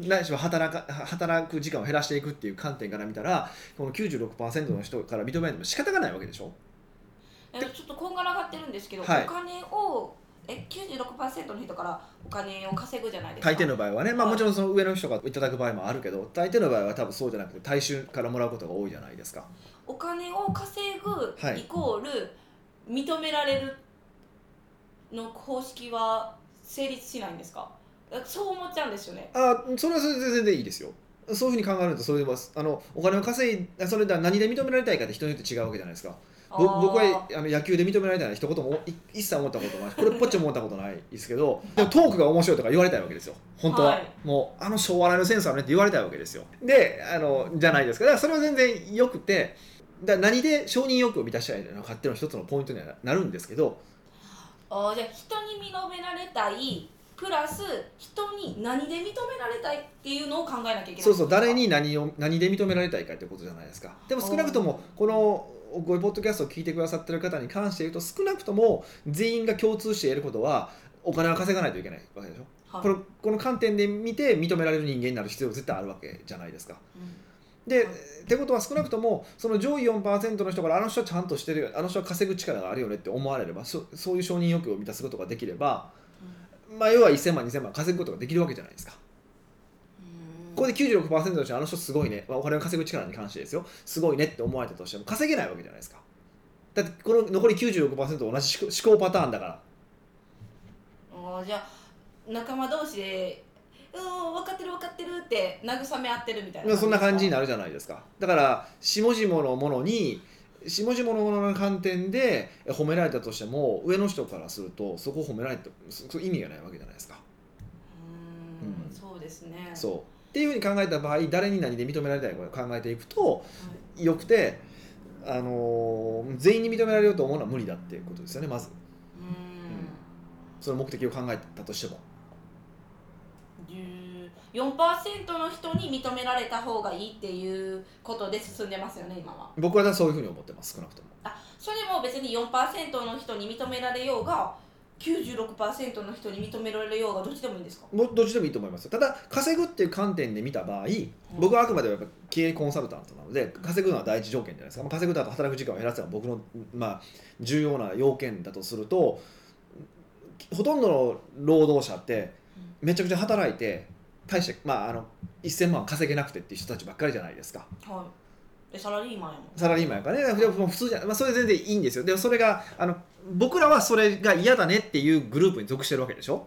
S2: う
S1: ないしは働か働く時間を減らしていくっていう観点から見たらこの96%の人から認められても仕方がないわけでしょ
S2: ーんえちょっとこんがらがってるんですけど、
S1: はい
S2: お金をえ96%の人からお金を稼ぐじゃないですか
S1: 大抵の場合はね、まあ、
S2: はい
S1: もちろんその上の人がいただく場合もあるけど大抵の場合は多分そうじゃなくて大衆からもらうことが多いじゃないですか
S2: お金を稼ぐ
S1: はい
S2: イコール認められるの公式は成立しないんですかだからそう思っちゃうんですよね
S1: あそれはそれで全然いいですよそういうふうに考えるとそれはあのお金を稼いあそれだ何で認められたいかって人によって違うわけじゃないですかぼ
S2: あー
S1: 僕はあの野球で認められたいなんて一言もい一切思ったことないこれっぽっちも思ったことないですけ どでもトークが面白いとか言われたいわけですよ本当は、
S2: はい
S1: もうあの人お笑いのセンスあるねって言われたいわけですよであのじゃないですかだからそれは全然よくてだから何で承認欲を満たしたいのかっていうのが一つのポイントにはなるんですけど
S2: あーじゃあ人に認められたいプラス人に何で認められたいっていうのを考えなきゃいけないんです
S1: そ
S2: か
S1: うそう誰に何を何で認められたいかってことじゃないですかでも少なくともこの「ごいポッドキャスト」を聞いてくださってる方に関して言うと少なくとも全員が共通していることはお金は稼がないといけないわけでしょ
S2: はい
S1: このこの観点で見て認められる人間になる必要絶対あるわけじゃないですか
S2: うん
S1: で、
S2: はい
S1: ってことは少なくともその上位4%の人からあの人はちゃんとしてるよあの人は稼ぐ力があるよねって思われればそそういう承認欲求を満たすことができれば、まあ、要は1000万2000万稼ぐことができるわけじゃないですか
S2: うん
S1: ここで96%の人あの人すごいね、まあ、お金を稼ぐ力に関してですよすごいねって思われたとしても稼げないわけじゃないですかだってこの残り96%同じ思考思考パターンだから
S2: あーじゃあ仲間同士でうん分かってる分かってるって慰め合ってるみたい
S1: ま
S2: な
S1: あそんな感じに
S2: な
S1: なるじゃないですかだから下々のものに下々のものの観点で褒められたとしても上の人からするとそこを褒められてそそ意味がないわけじゃないですか、
S2: うん
S1: うん
S2: そうですねう、
S1: そうっていうふうに考えた場合誰に何で認められたいかを考えていくと
S2: はい
S1: よくて、あのー全員に認められようと思うのは無理だっていうことですよねまずその目的を考えたとしても
S2: うん4%の人に認められた方がいいっていうことで進んでますよね今は
S1: 僕はそういうふうに思ってます少なくとも
S2: それも別に4%の人に認められようが96%の人に認められようがどっちでもいいんですか
S1: もうどっちでもいいと思いますただ稼ぐっていう観点で見た場合僕はあくまでもやっぱ経営コンサルタントなので稼ぐのは第一条件じゃないですか、まあ、稼ぐとあと働く時間を減らすのは僕の、まあ、重要な要件だとするとほとんどの労働者ってめちゃくちゃ働いて大して、まあ、あの1000万稼げなくてっていう人たちばっかりじゃないですか
S2: はいえサラリーマンやもん
S1: サラリーマンやからねでも普通じゃ、まあ、それ全然いいんですよでもそれがあの僕らはそれが嫌だねっていうグループに属してるわけでしょ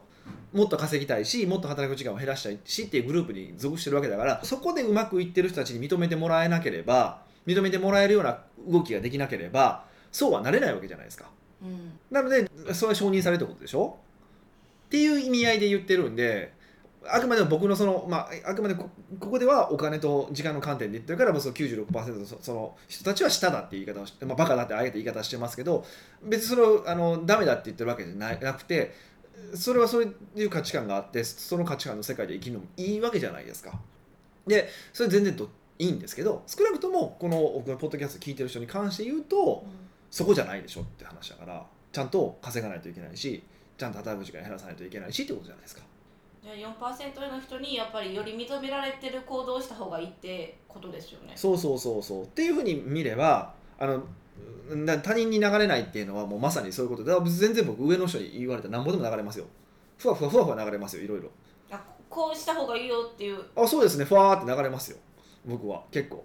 S1: もっと稼ぎたいしもっと働く時間を減らしたいしっていうグループに属してるわけだからそこでうまくいってる人たちに認めてもらえなければ認めてもらえるような動きができなければそうはなれないわけじゃないですか
S2: うん
S1: なのでそれは承認されるってことでしょっていう意味合いで言ってるんであくまでも僕のその、まあ、あくまでこここではお金と時間の観点で言ってるからもうその96%のそその人たちは下だっていう言い方をして、まあ、バカだってあえて言い方してますけど別にそれをあのダメだって言ってるわけじゃななくてそれはそういう価値観があってその価値観の世界で生きるのもいいわけじゃないですか。でそれ全然どいいんですけど少なくともこの僕のポッドキャスト聞いてる人に関して言うと、そこじゃないでしょって話だからちゃんと稼がないといけないしちゃんと働く時間減らさないといけないしってことじゃないですか
S2: じゃあ4%の人にやっぱりより認められてる行動をした方がいいってことですよね
S1: そうそうそうそうっていうふうに見ればあのな他人に流れないっていうのはもうまさにそういうことでだから全然僕上の人に言われたらなんぼでも流れますよふわふわふわふわ流れますよいろいろ
S2: あこうした方がいいよっていう
S1: あそうですねふわーって流れますよ僕は結構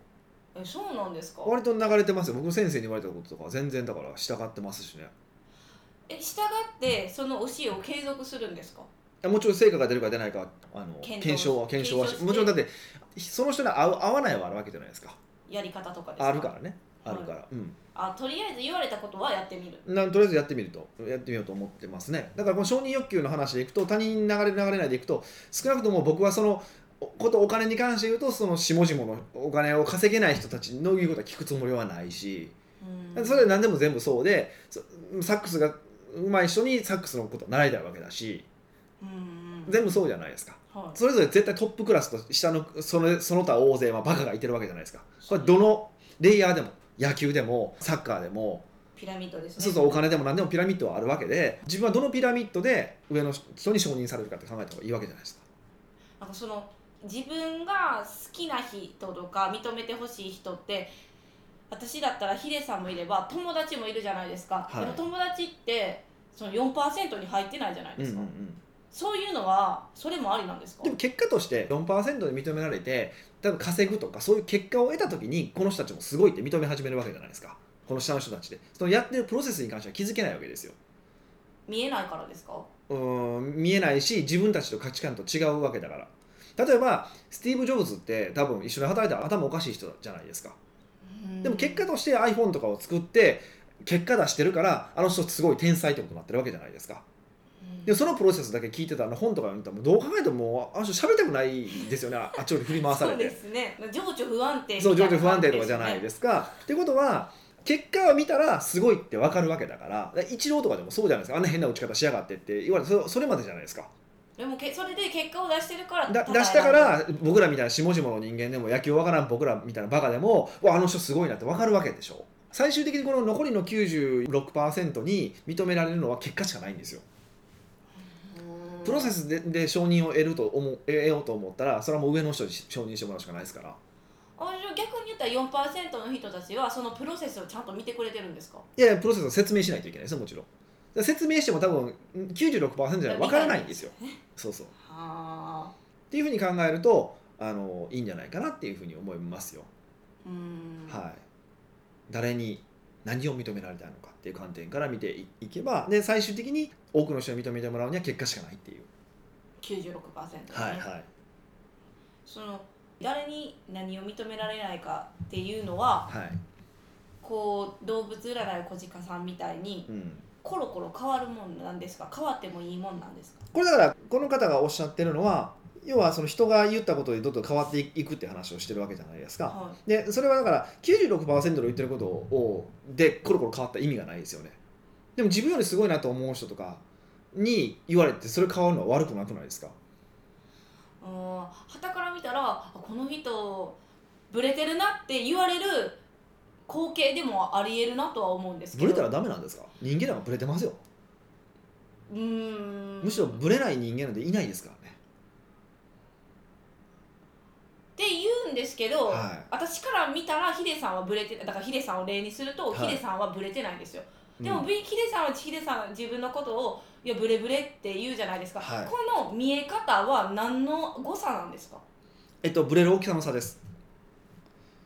S2: えそうなんですか
S1: 割と流れてますよ僕の先生に言われたこととかは全然だから従ってますしね
S2: え従ってその教えを継続するんですか
S1: もちろん成果が出るか出ないかあの
S2: 検討
S1: 検証は検証はし
S2: 検証して
S1: もちろんだってその人に合う合わないはあるわけじゃないですか
S2: やり方とかですか
S1: あるからね
S2: は
S1: あ
S2: い
S1: るから、うん
S2: あとりあえず言われたことはやってみる
S1: なんとりあえずやってみるとやってみようと思ってますねだからこの承認欲求の話でいくと他人に流れる流れないでいくと少なくとも僕はそのおことお金に関して言うとその下々のお金を稼げない人たちの言うことは聞くつもりはないし
S2: うん
S1: それは何でも全部そうでそサックスが上手い人にサックスのことを習いたいわけだし
S2: うん
S1: 全部そうじゃないですか
S2: はい
S1: それぞれ絶対トップクラスと下のそのその他大勢はバカがいてるわけじゃないですかこれどのレイヤーでも野球でもサッカーでも
S2: ピラミッドですね
S1: そうそうお金でも何でもピラミッドはあるわけで自分はどのピラミッドで上の人に承認されるかって考えた方がいいわけじゃないですか
S2: なんかその自分が好きな人とか認めてほしい人って私だったらヒデさんもいれば友達もいるじゃないですか、
S1: はい
S2: でも友達ってその4%に入ってないじゃないですか、そういうのはそれもありなんですか
S1: でも結果として4%で認められて多分稼ぐとかそういう結果を得た時にこの人たちもすごいって認め始めるわけじゃないですかこの下の人たちでそのやってるプロセスに関しては気づけないわけですよ
S2: 見えないからですか
S1: うーん見えないし自分たちと価値観と違うわけだから例えばスティーブ・ジョブズって多分一緒に働いたら頭おかしい人じゃないですかでも結果として iPhone とかを作って結果出してるからあの人すごい天才ってことになってるわけじゃないですか
S2: うん
S1: でもそのプロセスだけ聞いてたら本とか見たらもうどう考えてももうあの人喋りたくないですよ ねああっちより振り回され
S2: そうで
S1: て
S2: すね情緒不安定
S1: そう情緒不安定とかじゃない
S2: す
S1: ですかってことは結果を見たらすごいって分かるわけだからだからイチローとかでもそうじゃないですかあんな変な打ち方しやがってって言われてそれそれまでじゃないですか
S2: でもけそれで結果を出してるから
S1: だ
S2: 叩
S1: 出した
S2: え
S1: から
S2: れる
S1: ら僕らみたいな下々の人間でも野球わからん僕らみたいなバカでもわあの人すごいなって分かるわけでしょ最終的にこの残りの96%に認められるのは結果しかないんですよ
S2: うん
S1: プロセスでで承認を得ると思う得ようと思ったらそれはもう上の人に承認してもらうしかないですから
S2: あじゃあ逆に言ったら4%の人たちはそのプロセスをちゃんと見てくれてるんですか
S1: いやいやプロセスを説明しないといけないですよもちろんで説明しても多分96%じゃ分からないんですよそうそうっ
S2: はあ
S1: ていうふうに考えるとあのいいんじゃないかなっていうふうに思いますよ
S2: うん
S1: はい、誰に何を認められたのかっていう観点から見ていいけばで最終的に多くの人に認めてもらうには結果しかないっていう、
S2: 96%、ね
S1: はいはい、
S2: その誰に何を認められないかっていうのは
S1: はい
S2: こう動物占い小鹿さんみたいに
S1: うん、
S2: コロコロ変わるもんなんですか変わってもいいもんなんですか
S1: これだからこの方がおっしゃってるのは要はその人が言ったことでどんどん変わっていくって話をしてるわけじゃないですか、
S2: は
S1: でそれはだから96%の言ってることをでコロコロ変わった意味がないですよねでも自分よりすごいなと思う人とかに言われてそれ変わるのは悪くなくないですか
S2: い、はたから見たらあこの人ブレてるなって言われる光景でもありえるなとは思うんですけ
S1: ブ
S2: ど
S1: レたらダメなんですか人間なんかブレてますよ
S2: うーん
S1: むしろ
S2: っ
S1: ブレない人間なんていないですからね
S2: て言うんですけど、
S1: はい
S2: 私から見たらヒデさんはブレてだからヒデさんを例にすると、
S1: はい
S2: ヒデさんはブレてないんですよ
S1: うん
S2: でも、ビヒデさんはヒデさん自分のことをいやブレブレって言うじゃないですか、
S1: はい
S2: この見え方は何の誤差なんですか、
S1: えっとブレる大きさの差です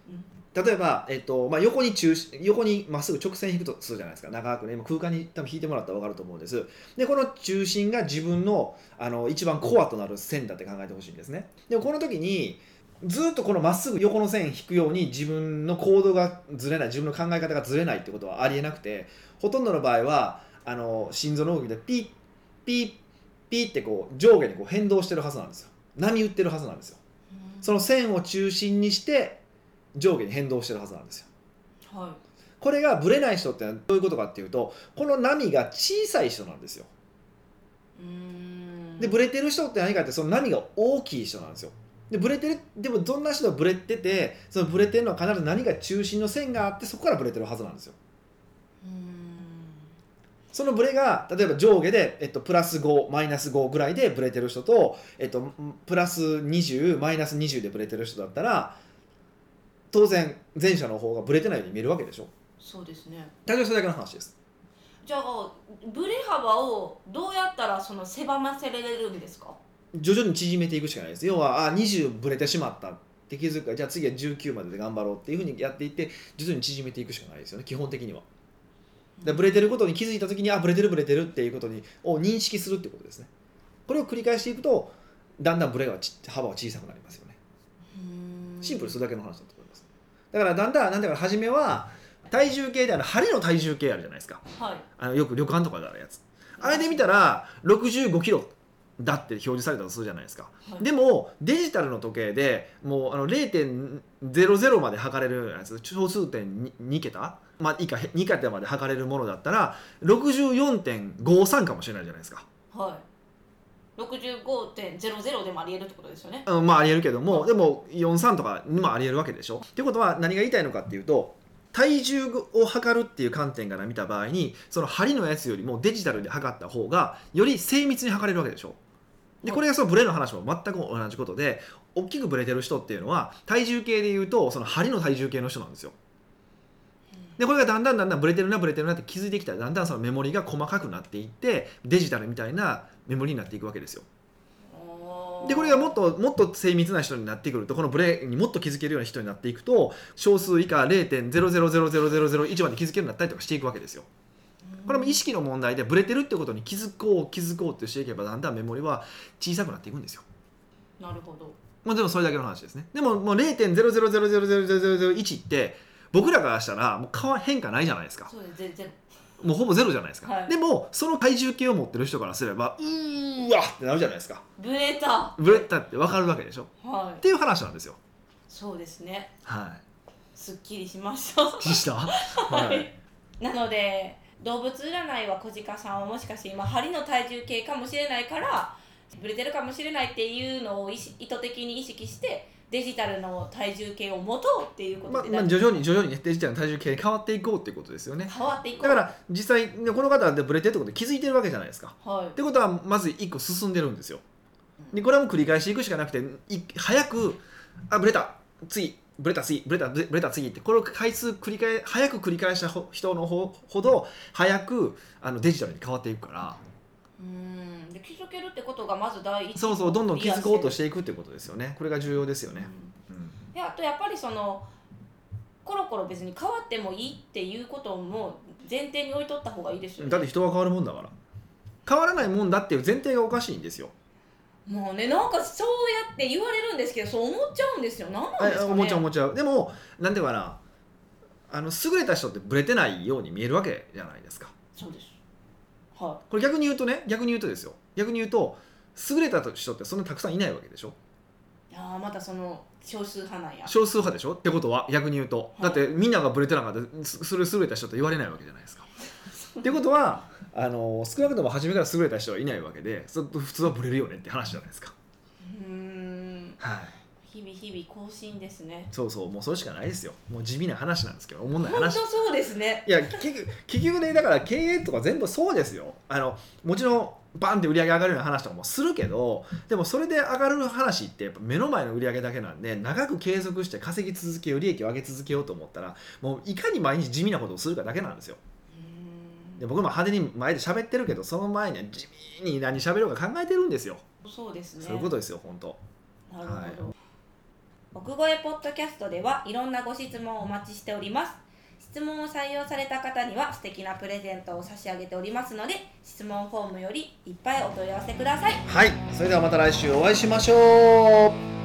S2: うん
S1: 例えば、えっとまあ、横に中心横にまっすぐ直線引くとするじゃないですか長くね今空間に多分引いてもらったら分かると思うんですでこの中心が自分のあの一番コアとなる線だって考えてほしいんですねでもこの時にずっとこのまっすぐ横の線引くように自分の行動がずれない自分の考え方がずれないってことはありえなくてほとんどの場合はあの心臓の動きでピッピッピッってこう上下にこう変動してるはずなんですよ波打ってるはずなんですよその線を中心にして上下に変動してるはずなんですよ
S2: はい
S1: これがブレない人ってのはどういうことかっていうとこの波が小さい人なんですよ
S2: うーん
S1: でブレてる人って何かってその波が大きい人なんですよでブレてるでもどんな人もブレててそのブレてるのは必ず何か中心の線があってそこからブレてるはずなんですよ
S2: うーん
S1: そのブレが例えば上下で、えっと、プラス5マイナス5ぐらいでブレてる人と、えっと、プラス20マイナス20でブレてる人だったら当然前者の方がブレてないように見えるわけでしょ
S2: そうですね
S1: 大丈夫それだけの話です
S2: じゃあブレ幅をどうやったらその狭ませられるんですか
S1: 徐々に縮めていくしかないです要はあ20ブレてしまったって気づくからじゃあ次は19までで頑張ろうっていうふうにやっていって徐々に縮めていくしかないですよね基本的にはでブレてることに気づいた時にあブレてるブレてるっていうことにを認識するってことですねこれを繰り返していくとだんだんブレがち幅は小さくなりますよね
S2: うーん
S1: シンプルにそれだけの話だと思いますだからだんだんなんだか初めは体重計であの針の体重計あるじゃないですか
S2: はい
S1: あのよく旅館とかであるやつあれで見たら65キロだって表示されたとするじゃないですか
S2: はい
S1: でもデジタルの時計でもうあの0.00まで測れるやつ小数点 2, 2桁、まあ、以下2桁まで測れるものだったら64.53かもしれないじゃないですか。
S2: はい65.00でもありえるってことですよね
S1: あのまあありえるけどもでも43とかにもありえるわけでしょ。っていうことは何が言いたいのかっていうと体重を測るっていう観点から見た場合にその針のやつよりもデジタルで測った方がより精密に測れるわけでしょ。でこれがそのブレの話も全く同じことで大きくブレてる人っていうのは体重計でいうとその針の体重計の人なんですよ。でこれがだんだんだんだんブレてるなブレてるなって気づいてきたらだんだんそのメモリが細かくなっていってデジタルみたいなメモリになっていくわけですよ。でこれがもっ
S2: と
S1: ともっと精密な人になってくるとこのブレにもっと気づけるような人になっていくと小数以下0.000001まで気づけるようになったりとかしていくわけですよ。これも意識の問題でブレてるってことに気づこう気づこうってしていけばだんだんメモリは小さくなっていくんですよ。
S2: なるほど
S1: まあ、でもそれだけの話ですね。でももう0.0000001って僕らからしたらもう変わ変化ないじゃないですか。
S2: そうです全然
S1: もうほぼゼロじゃないですか。
S2: はい
S1: でもその体重計を持ってる人からすればうーわってなるじゃないですか。
S2: ブレた
S1: ブレたって分かるわけでしょ。っ
S2: はい
S1: ていう話なんですよ。
S2: そうですね
S1: はい。
S2: すっきりしました
S1: でした。は
S2: はい。 なので動物占いは小鹿さんはもしかして今針の体重計かもしれないからブレてるかもしれないっていうのを意識意図的に意識してデジタルの体重計を持とうっていうこ
S1: ま
S2: と
S1: あ、
S2: で、
S1: まあ、徐々に徐々にね、デジタルの体重計に変わっていこうっていうことですよね。
S2: 変わっていこう
S1: だから、実際、ねこの方はブレてるってことで気づいてるわけじゃないですか。
S2: はい
S1: ってことは、まず一個進んでるんですよ。で、これはもう繰り返していくしかなくて、い早く、あ、ブレた、次、ブレた、次、ブレた、ブレブレた、次って、これを回数繰り返、早く繰り返したほ人のほほど、早くあのデジタルに変わっていくから、
S2: うーんで気づけるってことがまず第一歩
S1: そうそう、どんどん気づこうとしてていくってことですよね。これが重要ですよ
S2: る
S1: ね。うん
S2: であとやっぱりそのコロコロ別に変わってもいいっていうことも前提に置いとった方がいいですよね
S1: だって人は変わるもんだから変わらないもんだっていう前提がおかしいんですよ
S2: もうねなんかそうやって言われるんですけどそう思っちゃうんですよ何なん
S1: あ
S2: ですかね
S1: おもちゃおもちゃでもなんていうかなあの優れた人ってブレてないように見えるわけじゃないですか
S2: そうですは
S1: これ逆に言うとね逆に言うとですよ逆に言うと優れた人ってそんなたくさんいないわけでしょ
S2: いあーまたその少数派なんや
S1: 少数派でしょってことは逆に言うと
S2: はい
S1: だってみんながブレてなかったらすそれ優れた人って言われないわけじゃないですか。ってことはあの少なくとも初めから優れた人はいないわけでそ普通はブレるよねって話じゃないですか。
S2: うーん
S1: はい、
S2: 日々日々更新ですね
S1: そうそうもうそれしかないですよもう地味な話なんですけどおもんない
S2: 本当
S1: 話
S2: そうですね
S1: いや結局結局ねだから経営とか全部そうですよあのもちろんバンって売り上げ上がるような話とかもするけどでもそれで上がる話ってやっぱ目の前の売り上げだけなんで長く継続して稼ぎ続けよう利益を上げ続けようと思ったらもういかに毎日地味なことをするかだけなんですよ
S2: うー
S1: で
S2: ん
S1: 僕も派手に前で喋ってるけどその前には地味に何喋ろうか考えてるんですよ
S2: そうですね
S1: そういうことですよ本当
S2: なるほど。奥越えポッドキャストではいろんなご質問をお待ちしております。質問を採用された方には素敵なプレゼントを差し上げておりますので、質問フォームよりいっぱいお問い合わせください。
S1: はいそれではまた来週お会いしましょう